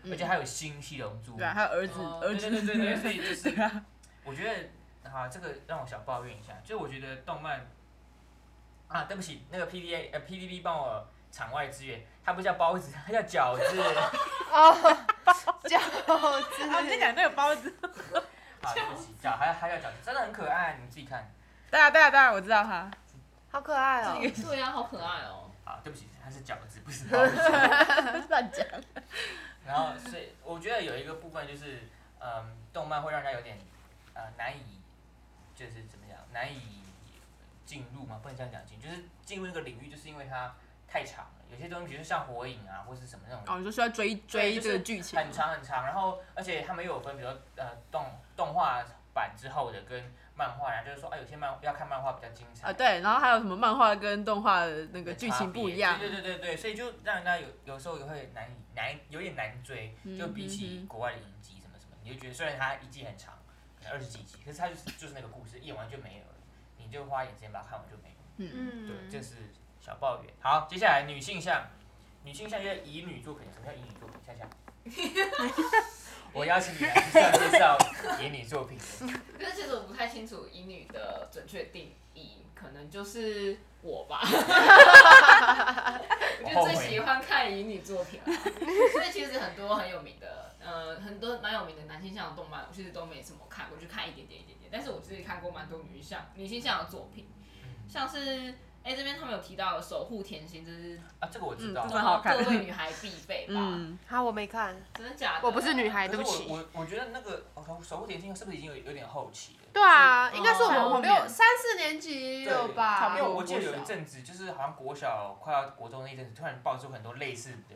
Speaker 2: 嗯，
Speaker 1: 而且还有新《七龙珠》
Speaker 3: 对啊，还有儿子，
Speaker 2: 哦
Speaker 3: 儿
Speaker 1: 对
Speaker 3: 子，
Speaker 1: 对对对，所以就
Speaker 3: 对
Speaker 1: 是
Speaker 3: 啊，
Speaker 1: 我觉得啊，这个让我想抱怨一下，就是我觉得动漫啊，对不起，那个 PDA 呃 PDB 帮我场外支援，它不叫包子，它叫饺子。
Speaker 4: 哦，饺子。
Speaker 3: 啊，你在讲那个包子？
Speaker 1: 啊，对不起，饺还还叫饺子，真的很可爱，你们自己看。
Speaker 3: 对啊，对啊，对啊，我知道他。
Speaker 4: 好可爱哦！
Speaker 2: 对呀，好可爱哦。
Speaker 1: 啊，对不起，它是饺子，不是包子。
Speaker 3: 乱讲。
Speaker 1: 然后，所以我觉得有一个部分就是，嗯，动漫会让人家有点呃难以，就是怎么讲，难以进入嘛，不能这样讲进，就是进入那个领域，就是因为它太长了。有些东西，比如说像火影啊，或是什么那种
Speaker 3: 哦，你说需要追追这个剧情
Speaker 1: 很长很长，然后而且他们又有分，比如说呃动动画版之后的跟漫画，然后就是说啊，有些漫要看漫画比较精彩
Speaker 3: 啊？对，然后还有什么漫画跟动画的那个剧情不一样
Speaker 1: 对？对对对对，所以就让人家有有时候也会难以难有点难追，
Speaker 3: 嗯
Speaker 1: 就比起国外的影集什么什么，你就觉得虽然它一季很长，可能二十几集，可是它就是就是那个故事，演完就没有了，你就花一点时间把它看完就没有了。
Speaker 3: 嗯，
Speaker 1: 对，
Speaker 4: 嗯，
Speaker 1: 这是 小抱怨。好，接下来女性向，女性向就是以女作品，什么叫以女作品？夏夏，我邀请你来上介绍演你作品。嗯
Speaker 2: 可是其实我不太清楚乙女的准确定义，可能就是我吧。我就最喜欢看乙女作品了，啊所以其实很多很有名的，呃，很多蛮有名的男性向的动漫，我其实都没怎么看过，就看一点点一点点。但是我自己看过蛮多女向女性向的作品，像是哎、这边他们有提到的《守护甜心》，这是
Speaker 1: 啊，这个我知道
Speaker 3: 嗯。
Speaker 4: 哦
Speaker 3: 这蛮好看
Speaker 2: 各位女孩必备吧？
Speaker 3: 嗯，
Speaker 4: 好，我没看，
Speaker 2: 真的假的？
Speaker 4: 我不是女孩，
Speaker 1: 可
Speaker 4: 对
Speaker 1: 是
Speaker 4: 不起。
Speaker 1: 我我我觉得那个哦，守护甜心是不是已经有有点后期了？
Speaker 4: 对啊，
Speaker 2: 是
Speaker 4: 应该是我
Speaker 2: 哦
Speaker 4: 们
Speaker 3: 后
Speaker 4: 六
Speaker 3: 面
Speaker 4: 三四年级
Speaker 1: 对
Speaker 4: 有吧？
Speaker 3: 差
Speaker 1: 因
Speaker 3: 不
Speaker 1: 为
Speaker 3: 多
Speaker 1: 我记得
Speaker 3: 国
Speaker 1: 有
Speaker 3: 小
Speaker 1: 一阵子，就是好像国小快要国中那一阵子，突然爆出很多类似的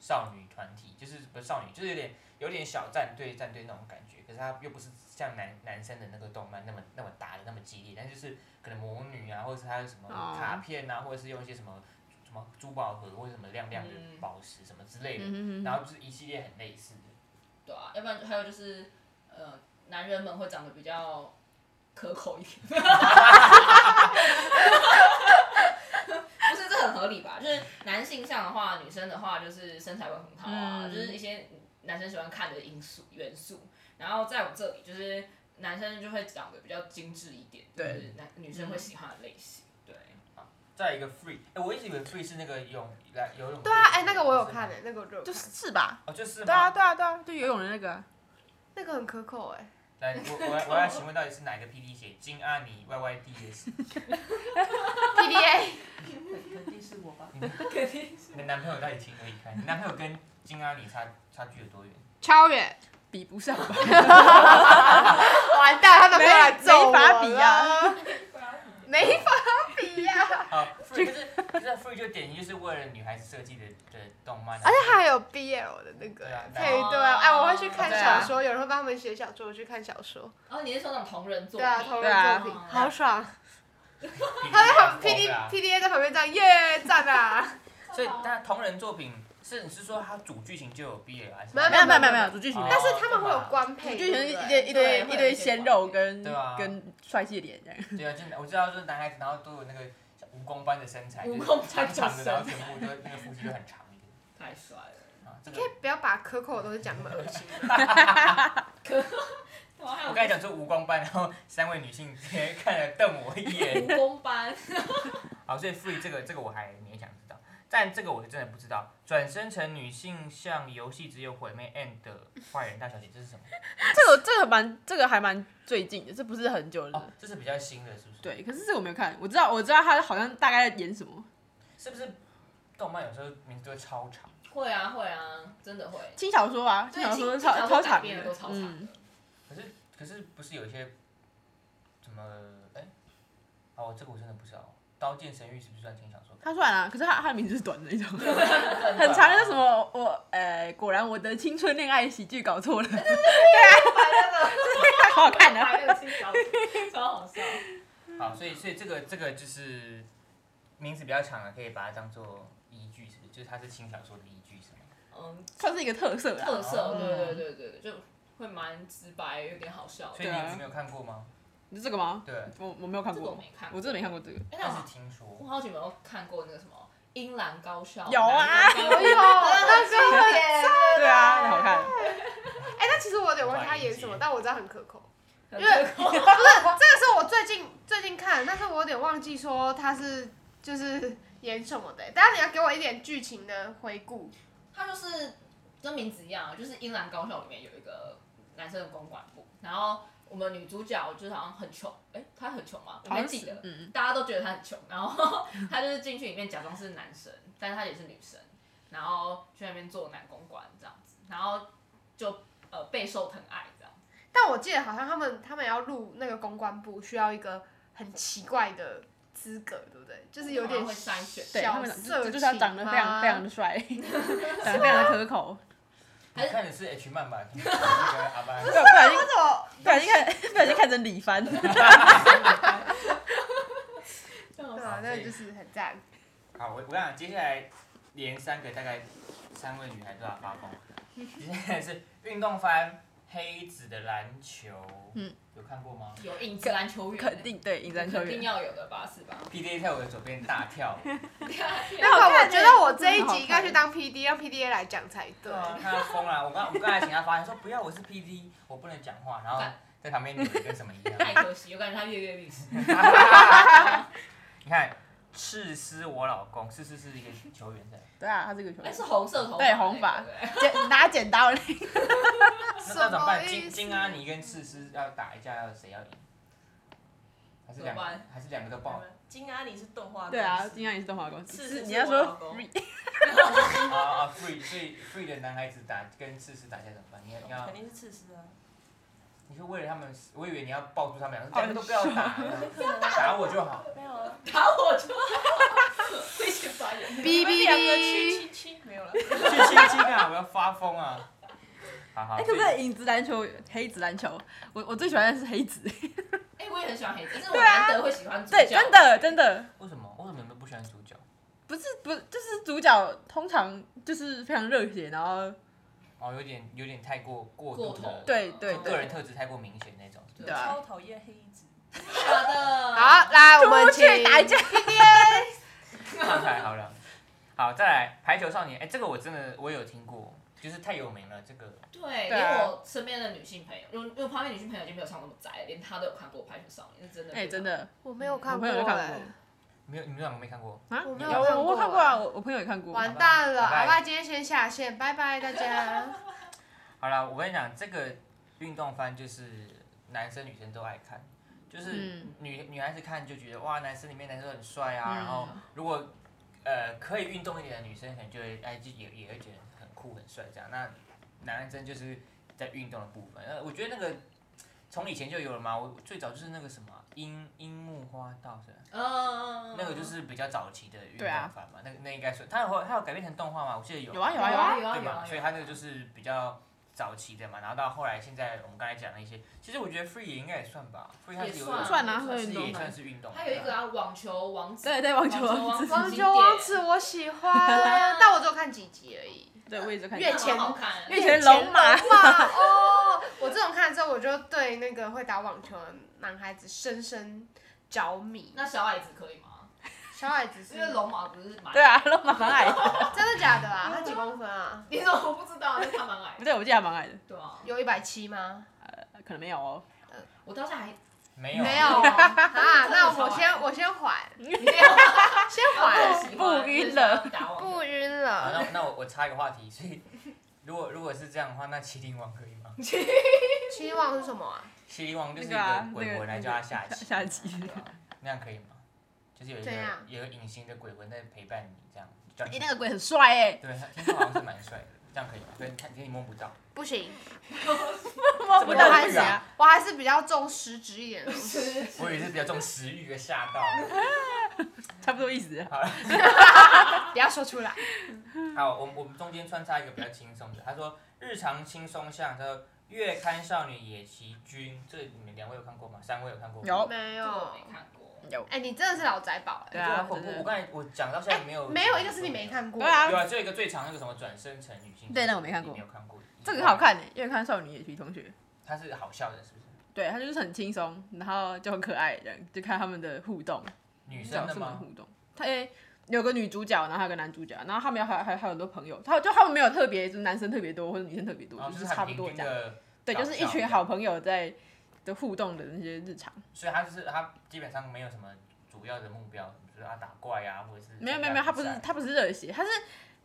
Speaker 1: 少女团体，就是不是少女，就是有点有点小战队战队那种感觉。可是它又不是像男男生的那个动漫那么那么打的那么激烈，但就是可能魔女啊，或者是它有什么
Speaker 3: 哦
Speaker 1: 卡片啊，或者是用一些什么什么珠宝盒或者什么亮亮的
Speaker 2: 嗯
Speaker 1: 宝石什么之类的，
Speaker 3: 嗯
Speaker 1: 然后就是一系列很类似的。
Speaker 2: 对啊，要不然还有就是，呃，男人们会长得比较可口一点， 不是这很合理吧？就是男性向的话，女生的话就是身材会很好啊，
Speaker 3: 嗯
Speaker 2: 就是一些男生喜欢看的因素元素。然后在我这里，就是男生就会长得比较精致一点，就
Speaker 3: 对
Speaker 2: 是男女生会喜欢的类型。对，
Speaker 1: 再一个 free，哎、我一直以为 free 是那个泳来游泳。
Speaker 4: 对啊，哎、那个我有看
Speaker 1: 诶、
Speaker 4: 诶、那个我就有看
Speaker 3: 就是是吧？
Speaker 1: 哦，就是吗
Speaker 3: 对啊，对啊，对啊，就游泳的那个啊，
Speaker 4: 那个很可口哎、
Speaker 1: 来，我我来我要询问到底是哪一个 PD 写金阿尼 YYDS？
Speaker 4: p d a
Speaker 2: 肯定是我吧
Speaker 1: 嗯
Speaker 2: 肯定是。
Speaker 1: 你的男朋友到底情何以堪？你男朋友跟金阿尼差差距有多远？
Speaker 4: 超远，
Speaker 3: 比不 上吧？
Speaker 4: 完蛋，他们没有来
Speaker 3: 没
Speaker 4: 揍我
Speaker 3: 没法比
Speaker 4: 呀
Speaker 3: 啊、
Speaker 4: 没法比啊呀、
Speaker 1: 好，Free 就是就是 Free 就典型就是为了女孩子设计的的动漫啊，
Speaker 4: 而且还有 BL 的那个
Speaker 1: 对啊
Speaker 4: 配对啊，哎，我会去看
Speaker 3: 对
Speaker 4: 小
Speaker 3: 啊
Speaker 4: 说，有人会帮他们写小说，我去看小说，
Speaker 2: 哦，你是说那种同人作
Speaker 4: 对
Speaker 2: 品？
Speaker 4: 啊，同
Speaker 3: 对啊
Speaker 4: 人作品
Speaker 2: 哦
Speaker 4: 好爽，
Speaker 1: 他
Speaker 4: 他们 P D
Speaker 3: 啊
Speaker 4: P D A 在旁边这样耶赞啊，
Speaker 1: 所以他同人作品是你是说他主剧情就有 BL 还是
Speaker 4: 没有
Speaker 3: 没有没有没有没有，主剧情
Speaker 1: 哦
Speaker 3: 没有
Speaker 4: 但是他们会有官配，
Speaker 3: 就可能一
Speaker 4: 对啊不对
Speaker 3: 堆一堆
Speaker 2: 对会
Speaker 3: 一
Speaker 2: 有一
Speaker 3: 堆
Speaker 2: 些
Speaker 3: 鲜
Speaker 2: 关
Speaker 3: 肉
Speaker 2: 联
Speaker 3: 跟
Speaker 1: 对啊
Speaker 3: 跟帅气脸这样，
Speaker 1: 对啊，就是我知道就是男孩子，然后都有那个像蜈蚣般的身材，
Speaker 2: 蜈蚣
Speaker 1: 长
Speaker 2: 般的
Speaker 1: 长的，
Speaker 2: 身
Speaker 1: 然后全部都那个腹肌都很长一个
Speaker 2: 太帅了。
Speaker 1: 啊，这
Speaker 4: 你
Speaker 1: 个
Speaker 4: 可以不要把可口的东西讲那么恶心吗，
Speaker 2: 哇还有
Speaker 1: 我刚才讲说蜈蚣般，然后三位女性直接看了瞪我一眼。
Speaker 2: 武功班，
Speaker 1: 好，所以 free 这个这个我还勉强知道，但这个我是真的不知道。转生成女性向游戏只有毁灭 and 的坏人大小姐，这是什么？
Speaker 3: 这个这个蛮这个还蛮最近的，这不是很久
Speaker 1: 哦
Speaker 3: 的。，
Speaker 1: 这是比较新的，是不是？，
Speaker 3: 对，可是这个我没有看，我知道我知道他好像大概在演什么，
Speaker 1: 是不是动漫有时候名字都会超长？
Speaker 2: 会啊会啊，真的会。
Speaker 3: 轻小说啊，轻小说
Speaker 2: 对轻
Speaker 3: 超超
Speaker 2: 小说改
Speaker 3: 长
Speaker 2: 编
Speaker 3: 的
Speaker 2: 的都超，长的
Speaker 3: 嗯，
Speaker 1: 可是可是不是有一些什么哎、哦，这个我真的不知道。刀剑神域是不是算轻小说？
Speaker 3: 他算啊，可是他他的名字是短的那种。
Speaker 1: 很
Speaker 3: 很长的什？么我呃，果然我的青春恋爱喜剧搞错了， 好好看的。啊
Speaker 2: 白的清朝，超好笑。
Speaker 1: 好，所以所以这个这个就是名字比较长的，可以把它当做依据，是不是？就是它是轻小说的依据，是吗？
Speaker 2: 嗯，
Speaker 3: 算是一个特色啊啦。
Speaker 2: 特色，
Speaker 1: 嗯
Speaker 2: 对对对对对，就会蛮直白，有点好笑
Speaker 1: 所以
Speaker 2: 的。
Speaker 1: 你
Speaker 3: 对啊
Speaker 1: 你没有看过吗？
Speaker 3: 你是这个吗？
Speaker 1: 对。
Speaker 3: 我我没有看
Speaker 2: 这个我
Speaker 3: 过，
Speaker 2: 没看，
Speaker 3: 我真的没看。过这个。
Speaker 2: 哎，
Speaker 1: 但是
Speaker 2: 那
Speaker 1: 听
Speaker 2: 我
Speaker 1: 说
Speaker 2: 好久没有看过那个什么《英兰高校》。
Speaker 3: 有啊
Speaker 2: 男
Speaker 4: 哎
Speaker 2: 高
Speaker 4: 呦，
Speaker 2: 校
Speaker 4: 那个很赞，
Speaker 3: 对啊，那好看。
Speaker 4: 哎，那其实我有点忘记他演什么，但我知道很可口。
Speaker 2: 很
Speaker 4: 因为
Speaker 2: 特
Speaker 4: 不是这个是我最近最近看，但是我有点忘记说他是就是演什么的、欸。等下你要给我一点剧情的回顾。
Speaker 2: 他就是跟名字一样，就是英兰高校里面有一个男生的公关部，然后我们女主角就是好像很穷，哎、她很穷吗？我
Speaker 3: 好
Speaker 2: 没
Speaker 3: 像
Speaker 2: 记
Speaker 3: 是
Speaker 2: 得，
Speaker 3: 嗯
Speaker 2: 大家都觉得她很穷，然后 她就是进去里面假装是男生，但是她也是女生，然后去那边做男公关这样子，然后就呃备受疼爱这样。
Speaker 4: 但我记得好像他们他们要入那个公关部，需要一个很奇怪的资格，对不对？就是有点
Speaker 2: 会筛选
Speaker 3: 对他
Speaker 4: 小
Speaker 3: 们
Speaker 4: 色
Speaker 3: 长
Speaker 4: 情
Speaker 3: 就就是要长得非常
Speaker 4: 吗
Speaker 3: 非常的帅，长得非常的可口。
Speaker 1: 你看的是 H 漫吧？你看的是那个阿班
Speaker 3: 不小不小 心
Speaker 4: 那种
Speaker 3: 不小心看不小心看成李帆，
Speaker 2: 哦
Speaker 4: 对啊，那个就是很赞。
Speaker 1: 好，我我跟你讲，接下来连三个大概三位女孩都要发疯。接下来是运动番、黑子的篮球，
Speaker 3: 嗯，
Speaker 1: 有看过吗
Speaker 2: 有影子篮球员，
Speaker 3: 肯定对影山球
Speaker 2: 肯定
Speaker 3: 员。
Speaker 2: 要有的吧，是 吧？
Speaker 1: ？P D A 在我的左边大跳，
Speaker 2: 啊
Speaker 4: 那
Speaker 3: 好看
Speaker 4: 我
Speaker 3: 欸
Speaker 4: 觉得我这一
Speaker 3: 真的好
Speaker 4: 集应该
Speaker 3: 看
Speaker 4: 去当 P D，让 P D A 来讲才对。
Speaker 1: 啊，他疯了。我刚我刚才请他发言说不要，我是 P D，我不能讲话，然后在旁边扭的跟什么一样。
Speaker 2: 太可惜，我感觉他跃跃欲试。
Speaker 1: 你看，赤丝我老公，赤丝是一个球员的，
Speaker 3: 对啊，他这个球
Speaker 2: 哎，
Speaker 3: 员
Speaker 2: 是红色头发，哎
Speaker 3: 对红发剪拿剪刀嘞，
Speaker 1: 那那怎么办？
Speaker 4: 什么意
Speaker 1: 金
Speaker 4: 思
Speaker 1: 金阿尼跟赤丝要打一架，要谁要赢？还是两个
Speaker 2: 怎么办
Speaker 1: 还是两个都爆？
Speaker 5: 金阿里是动画公司，
Speaker 3: 对啊，金安也是动画公
Speaker 5: 是
Speaker 3: 司。
Speaker 5: 是
Speaker 3: 是
Speaker 5: 是
Speaker 3: 你要
Speaker 5: 我老
Speaker 3: 说
Speaker 5: 公
Speaker 3: free
Speaker 1: 啊啊！free 所以 free 的男孩子打跟赤丝打架怎么办？你要你要
Speaker 5: 肯定是赤丝啊，
Speaker 1: 你是为了他们，我以为你要抱住他们两个，两个都不要打，打我就好。
Speaker 5: 没有啊，
Speaker 2: 打我就好，危险发言。
Speaker 4: 哔
Speaker 5: 你们
Speaker 4: 哔
Speaker 5: 两个去
Speaker 4: 哔，
Speaker 5: 亲亲没有 了，
Speaker 1: 去亲亲啊！我要发疯啊！好好，
Speaker 3: 哎，可
Speaker 1: 所以
Speaker 3: 不可以影子篮球、黑子篮球？我我最喜欢的是黑子，
Speaker 2: 哎，我也很喜欢黑子，但是我难得会喜欢主角。
Speaker 3: 啊对，真的真的。
Speaker 1: 为什么为什么你们不喜欢主角？
Speaker 3: 不是不是就是主角通常就是非常热血，然后
Speaker 1: 哦，有点有点太过过
Speaker 2: 过
Speaker 1: 度
Speaker 2: 头
Speaker 1: 的。。
Speaker 3: 对对
Speaker 1: 个人
Speaker 3: 对
Speaker 1: 特质太过明显那种。
Speaker 2: 对
Speaker 3: 对啊
Speaker 5: 超讨厌黑子，
Speaker 2: 假的。
Speaker 4: 好，来我们
Speaker 3: 出
Speaker 4: 请
Speaker 3: 去打架，
Speaker 1: 刚才好了，好，再来排球少年。哎、这个我真的我有听过，就是太有名了。这个
Speaker 2: 对，
Speaker 3: 对
Speaker 2: 连
Speaker 3: 啊
Speaker 2: 我身边的女性朋友，因为因为我旁边女性朋友已经没有上过那么宅了，连她都有看过《排球少年》，是真的。
Speaker 3: 哎、真。的
Speaker 4: 我没有看
Speaker 3: 我
Speaker 4: 过
Speaker 3: 朋友就看
Speaker 4: 哎
Speaker 3: 过，
Speaker 1: 没有，你们两个没看过？
Speaker 3: 啊，
Speaker 4: 我没
Speaker 1: 有
Speaker 3: 有
Speaker 4: 看
Speaker 3: 我
Speaker 4: 过
Speaker 3: 我看过啊，我我朋友也看过，
Speaker 4: 完蛋了，
Speaker 1: 拜拜
Speaker 4: 好吧，今天先下线，拜拜大家。
Speaker 1: 好了，我跟你讲，这个运动番就是男生女生都爱看，就是
Speaker 3: 嗯
Speaker 1: 女、女孩子看就觉得哇，男生里面男生很帅啊，
Speaker 3: 嗯
Speaker 1: 然后如果呃可以运动一点的女生，可能就会哎就也也会觉得很酷很帅这样。那男生就是在运动的部分，呃，我觉得那个从以前就有了嘛。我最早就是那个什么啊樱樱木花道是吧？
Speaker 2: 嗯嗯嗯。
Speaker 1: 那个就是比较早期的运动
Speaker 3: 对啊
Speaker 1: 番嘛，那那应该算，它有它有改编成动画吗？我记得有，
Speaker 3: 有啊有
Speaker 2: 有啊
Speaker 3: 啊
Speaker 2: 有
Speaker 3: 有
Speaker 2: 啊
Speaker 3: 啊，
Speaker 2: 有啊
Speaker 1: 对
Speaker 2: 有
Speaker 1: 嘛
Speaker 2: 啊。，
Speaker 1: 所以它这个就是比较早期的嘛，然后到后来现在我们刚才讲的一些，其实我觉得 free 也应该也算吧，free 它
Speaker 2: 也
Speaker 1: 是有
Speaker 2: 算
Speaker 3: 算啊
Speaker 1: 其
Speaker 3: 运
Speaker 1: 实
Speaker 3: 动
Speaker 1: 也
Speaker 3: 嘛
Speaker 1: 算是运动，
Speaker 2: 他有一个啊，网球王子。
Speaker 3: 对对网球王
Speaker 2: 王
Speaker 3: 子
Speaker 2: 子
Speaker 4: 网
Speaker 2: 经
Speaker 4: 球
Speaker 2: 典
Speaker 4: 王子我喜欢，但我只有看几集而已。
Speaker 3: 对我也是看
Speaker 4: 越
Speaker 2: 那
Speaker 4: 前
Speaker 2: 好好看啊。
Speaker 3: 越前龙马
Speaker 4: 越前龙马哦，我这种看了之后，我就对那个会打网球的男孩子深深着迷。
Speaker 2: 那小矮子可以吗？
Speaker 4: 小矮子是
Speaker 2: 因为龙马不是蛮
Speaker 3: 嗯对，啊， 都蛮矮的，
Speaker 4: 真的假的啊？他几公分啊？
Speaker 2: 你怎么不知道？但是他蛮矮
Speaker 3: 不
Speaker 2: 的。
Speaker 3: 对，我记得还蛮矮的，
Speaker 2: 对啊，
Speaker 4: 有一百七吗？
Speaker 3: 可能没有哦，
Speaker 2: 我到现 在还
Speaker 1: 没有啊
Speaker 4: 没有 啊，那 我先我先缓，
Speaker 2: 没有
Speaker 4: 先
Speaker 2: 我
Speaker 4: 缓，
Speaker 2: 很喜欢
Speaker 3: 不晕了，
Speaker 2: 打网球
Speaker 4: 不晕
Speaker 1: 好，
Speaker 4: 了。
Speaker 1: 那那我我插一个话题，所以如果如果是这样的话，那麒麟王可以 吗？
Speaker 4: 期望是什么啊？
Speaker 1: 麒麟王就是一
Speaker 3: 那个啊
Speaker 1: 个鬼
Speaker 3: 那个
Speaker 1: 魂来叫他下棋，
Speaker 3: 下棋
Speaker 1: 对啊那样可以吗？就是有一个
Speaker 4: 怎样
Speaker 1: 有一个隐形的鬼魂在陪伴你，这样叫
Speaker 3: 哎、
Speaker 1: 你
Speaker 3: 那个鬼很帅哎、
Speaker 1: 对，他听说好像是蛮帅的，这样可以吗？对，看你摸不到，
Speaker 4: 不行，
Speaker 3: 摸
Speaker 1: 不
Speaker 3: 不
Speaker 4: 我
Speaker 1: 到
Speaker 3: 到
Speaker 1: 你
Speaker 4: 还
Speaker 3: 是
Speaker 4: 是
Speaker 1: 这个
Speaker 3: 啊，
Speaker 1: 啊
Speaker 4: 我还是比较重实质一点的东西。
Speaker 1: 我以为是比较重食欲的，吓 到。
Speaker 3: 差不多意思。啊
Speaker 1: 好了，
Speaker 4: 不要说出来。
Speaker 1: 好，我们我们中间穿插一个比较轻松的，他说日常轻松像，他说月刊少女野崎君，这你们两位有看过吗？三位有看过吗？
Speaker 3: 有
Speaker 4: 没
Speaker 2: 这
Speaker 4: 有
Speaker 2: 个，我没看过。
Speaker 3: 有
Speaker 4: 哎，你真的是老宅宝
Speaker 1: 对
Speaker 4: 哎，
Speaker 1: 啊，
Speaker 3: 对
Speaker 1: 我
Speaker 3: 啊哎对
Speaker 1: 我刚才我讲到现在没有，
Speaker 4: 没有一个是你没。看过。
Speaker 3: 对啊
Speaker 1: 有啊，就一个最长那个什么转生成女性，
Speaker 3: 对那我没看过
Speaker 1: 你没有看过。
Speaker 3: 这个好，看哎、越看少女野崎同学，
Speaker 1: 它是好笑的，是不是？
Speaker 3: 对他就是很轻松，然后就很可爱，这样就看他们的互动。
Speaker 1: 女生
Speaker 3: 角
Speaker 1: 的
Speaker 3: 色们
Speaker 1: 吗？
Speaker 3: 互动。他诶有个女主角，然后还有个男主角，然后他们有还还还有很多朋友，他就他们没有特别，就是男生特别多或者女生特别多，
Speaker 1: 然后
Speaker 3: 就
Speaker 1: 哦就是是
Speaker 3: 差
Speaker 1: 很平
Speaker 3: 不多
Speaker 1: 均
Speaker 3: 这样。
Speaker 1: 的，
Speaker 3: 对，
Speaker 1: 搞
Speaker 3: 就是一
Speaker 1: 笑这
Speaker 3: 群
Speaker 1: 样
Speaker 3: 好朋友在的互动的那些日常。
Speaker 1: 所以它就是它基本上没有什么主要的目标，比如说啊打怪啊，或者是
Speaker 3: 没有没有没有，他
Speaker 1: 参加
Speaker 3: 不
Speaker 1: 比
Speaker 3: 是
Speaker 1: 赛
Speaker 3: 他不是热血，他是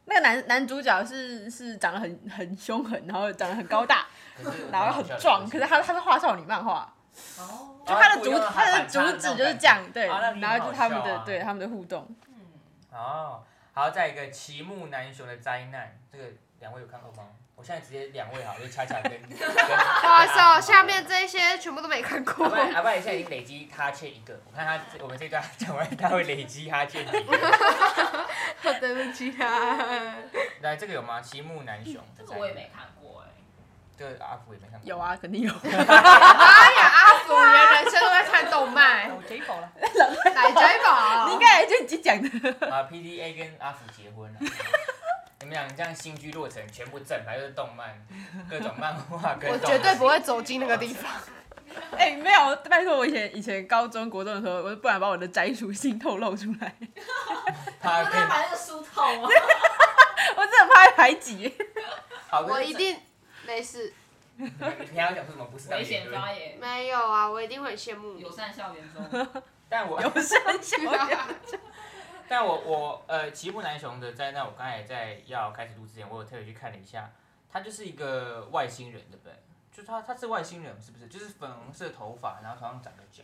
Speaker 3: 那个男男主角是是长得很很凶狠，然后长得很高 大，
Speaker 1: 可是
Speaker 3: 然后很壮，可是他他是画少女漫画，
Speaker 2: 哦，
Speaker 3: 就他的
Speaker 1: 故
Speaker 3: 主
Speaker 1: 意让
Speaker 3: 他的
Speaker 1: 反差
Speaker 3: 主
Speaker 1: 那种
Speaker 3: 旨就
Speaker 1: 感
Speaker 3: 是这
Speaker 1: 觉
Speaker 3: 样，对，
Speaker 1: 啊那你
Speaker 3: 然后
Speaker 1: 好
Speaker 3: 就是他们
Speaker 1: 笑
Speaker 3: 的
Speaker 1: 啊
Speaker 3: 对他们的互动，
Speaker 2: 嗯，
Speaker 1: 哦，好，再一个齐木楠雄的灾难，这个两位有看过吗？我现在直接两位好，就恰恰跟。
Speaker 4: 不
Speaker 1: 不
Speaker 4: 好意思哦，下面这一些全部都没看过
Speaker 1: 阿。拜阿拜现在已经累积哈欠一个，我看他我们这段 讲完他会累积哈欠一个。
Speaker 4: 对不起啊。
Speaker 1: 来，这个有吗？齐木楠雄
Speaker 2: 这
Speaker 1: 的
Speaker 2: 个
Speaker 1: 灾
Speaker 2: 我也
Speaker 1: 难
Speaker 2: 没，看过哎。
Speaker 1: 这个阿福也没看过。
Speaker 3: 有啊，肯定 有。
Speaker 4: 哎呀，阿福，原来人生都在看动漫，
Speaker 5: 我贼饱了，
Speaker 4: 奶宅宝。
Speaker 3: 你应该就已经讲的，
Speaker 1: 啊，PDA 跟阿福结婚了。怎么样？你这样新居落成，全部正牌就是动漫，各种漫画跟
Speaker 4: 我
Speaker 1: 动漫
Speaker 4: 绝对不会走进那个地方。
Speaker 3: 哎、没有，拜托我以前以前高中国中的时候，我就不敢把我的宅属性透露出来，
Speaker 1: 他
Speaker 2: 不
Speaker 1: 跟
Speaker 2: 是把那个书透吗？
Speaker 3: 我真的怕被排 挤。
Speaker 1: 好跟
Speaker 4: 我一定没事，
Speaker 1: 你平常讲说什么不是当
Speaker 2: 危
Speaker 1: 言
Speaker 2: 险
Speaker 1: 论？
Speaker 2: 发言，
Speaker 4: 没有啊，我一定会很羡慕你
Speaker 2: 友。善校园中，
Speaker 1: 但我
Speaker 3: 有声笑
Speaker 1: 但我我呃，奇木南雄的灾难，我刚才在要开始录之前，我有特别去看了一下，他就是一个外星人，对不对？就是他他是外星人是不是？就是粉红色头发，然后头上长个角，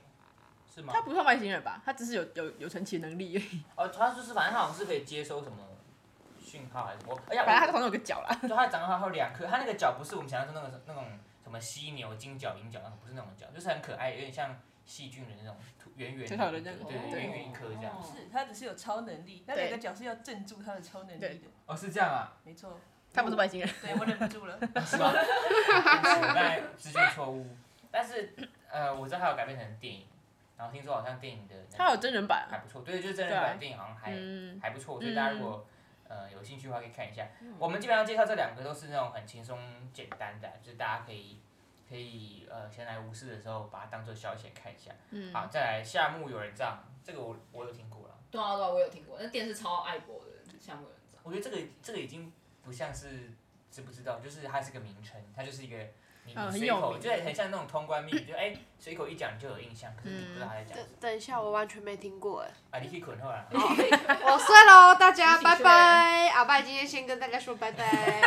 Speaker 1: 是吗
Speaker 3: 他？不算外星人吧？他只是有有有神奇能力而已，
Speaker 1: 哦，他就是反正他好像是可以接收什么讯号还是什么，哎呀，
Speaker 3: 反正他头上有个角啦。
Speaker 1: 就它长得还有两颗，它那个角不是我们想象中那个那种什么犀牛、金角、银角那种，不是那种角，就是很可爱，有点像细菌的那种凸圆圆
Speaker 3: 小小的
Speaker 1: 对
Speaker 3: 那种
Speaker 1: 对，
Speaker 3: 对
Speaker 1: 圆圆一颗这样。
Speaker 2: 哦
Speaker 5: 是他只是有超能力，那
Speaker 3: 对
Speaker 5: 两个角是要镇住他的超能力
Speaker 3: 对
Speaker 5: 的，
Speaker 1: 哦，是这样啊，
Speaker 5: 没错。
Speaker 3: 他不是外星人，
Speaker 5: 对我忍不住了，
Speaker 1: 是吗？我刚才资讯错误，但是呃，我知道它有改编成电影，然后听说好像电影的那个
Speaker 3: 他有真人版
Speaker 1: 还
Speaker 3: 啊。
Speaker 1: 不错，对，就是真人
Speaker 3: 对啊
Speaker 1: 版电影好像还
Speaker 3: 嗯，
Speaker 1: 还不错，所以大家如果呃有兴趣的话可以看一下。我们基本上介绍这两个都是那种很轻松简单的，就是大家可以可以呃闲来无事的时候把它当做消遣看一下。
Speaker 3: 嗯
Speaker 1: 好，再来夏目友人帐，这个我我有听过了，
Speaker 2: 对啊对啊，我有听过，那电视超爱播的项目人长，
Speaker 1: 我觉得这个这个已经不像是知不知道，就是它是个名称，它就是一个。你你
Speaker 3: 嗯很
Speaker 1: 随
Speaker 3: 有
Speaker 1: 口
Speaker 3: 名
Speaker 1: 就很像那种通关密语，就哎随口一讲就有印象，可是你不知道他在讲什
Speaker 4: 等
Speaker 3: 嗯
Speaker 1: 么。
Speaker 4: 等一下，我完全没听过哎。
Speaker 1: 啊，你可以滚后来。
Speaker 4: 我睡喽，大家
Speaker 2: 你请
Speaker 4: 拜
Speaker 2: 睡
Speaker 4: 拜。阿拜今天先跟大家说拜拜。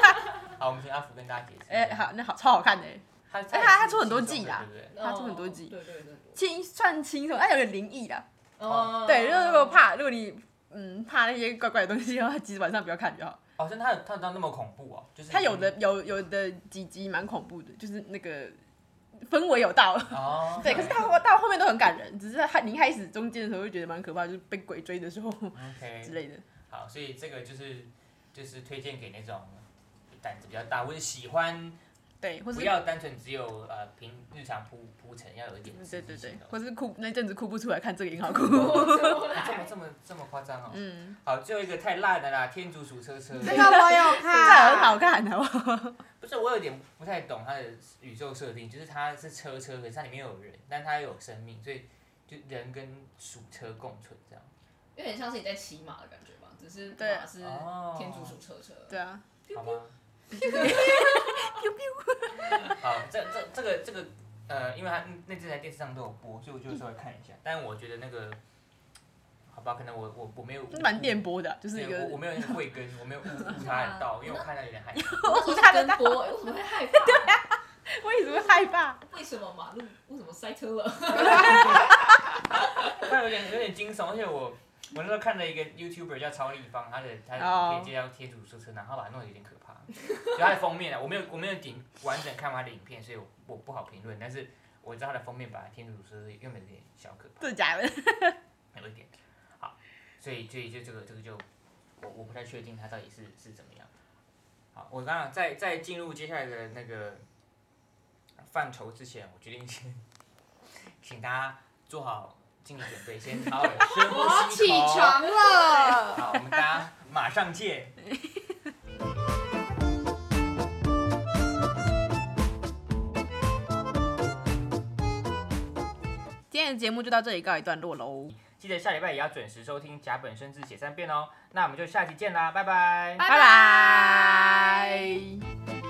Speaker 1: 好，我们请阿福跟大家解释。
Speaker 3: 哎、好，那好，超好看的、欸，
Speaker 1: 他，
Speaker 3: 哎
Speaker 1: 也
Speaker 3: 他
Speaker 1: 是
Speaker 3: 他出很多
Speaker 1: 轻松
Speaker 3: 季
Speaker 1: 的
Speaker 3: 啦
Speaker 1: 对不对？
Speaker 3: 它出很多集
Speaker 2: 哦对对对对
Speaker 3: 轻算轻松，但有点灵异啦。
Speaker 1: 哦
Speaker 2: 哦
Speaker 3: 对，就是如 果怕，如果你嗯怕那些怪怪的东西的话，其实晚上不要看就好。
Speaker 1: 好哦像他有他有到那么恐怖哦，就是
Speaker 3: 它有的有有的几集蛮恐怖的，就是那个氛围有 到。
Speaker 1: 哦，
Speaker 3: 对，可是到到后面都很感人，只是他你一开始中间的时候会觉得蛮可怕，就是被鬼追的时候 之
Speaker 1: OK，
Speaker 3: 类的。
Speaker 1: 好，所以这个就是就是推荐给那种胆子比较大，或者喜欢
Speaker 3: 对，或是
Speaker 1: 不要单纯只有呃平日常铺铺陈，要有一点
Speaker 3: 嗯
Speaker 1: 刺
Speaker 3: 对
Speaker 1: 激
Speaker 3: 对
Speaker 1: 性
Speaker 3: 对
Speaker 1: 的，
Speaker 3: 或是哭那阵子哭不出来，看这个也很好哭。
Speaker 1: 这么这么这么夸张哦。
Speaker 3: 嗯，
Speaker 1: 好，最后一个太烂的啦，天竺鼠车车。
Speaker 4: 这个我有
Speaker 3: 这个
Speaker 4: 看，
Speaker 3: 很好看，啊好不好？
Speaker 1: 不是，我有点不太懂它的宇宙设定，就是它是车车，可是它里面有人，但它有生命，所以就人跟鼠车共存这样。
Speaker 2: 有点像是你在骑马的感觉吧，只是
Speaker 3: 对
Speaker 2: 马是
Speaker 1: 哦
Speaker 2: 天竺鼠车车，
Speaker 3: 对啊，
Speaker 1: 好 吗？好，这这这个这个呃，因为它那阵在电视上都有播，所以我就稍微看一下。但我觉得那个，好吧，可能我我我没有
Speaker 3: 这蛮电波的啊，就是
Speaker 1: 对
Speaker 3: 一个啊
Speaker 1: 我我没有那个慧根，我没有误误他的道，因为我看到有点害怕。
Speaker 2: 我那时候是跟播，哎为什么会害怕？
Speaker 3: 为什么害怕？
Speaker 2: 为什么马路为什么塞车啊了？
Speaker 1: 但有点有点惊悚，而且我我那时候看了一个 YouTuber 叫超立方，他的他的
Speaker 3: 哦
Speaker 1: 可以介绍贴主说车，然后他把它弄得有点可怕， 就他的封面啊，我没有我没有点完整看完他的影片，所以我我不好评论，但是我知道他的封面把天主车用的有点小可
Speaker 3: 真的假的？
Speaker 1: 怕，有一点好，所以所以就这个这个就我我不太确定他到底是是怎么样。好，我刚刚在在进入接下来的那个范畴之前，我决定先请大家做好心理准备，先好好地深
Speaker 4: 我
Speaker 1: 呼吸
Speaker 4: 起
Speaker 1: 一口。
Speaker 4: 床了。
Speaker 1: 好，我们大家马上见。
Speaker 3: 今天的节目就到这里告一段落喽，
Speaker 1: 记得下礼拜也要准时收听甲本生字写三遍哦。那我们就下期见啦，拜拜。
Speaker 3: 拜拜。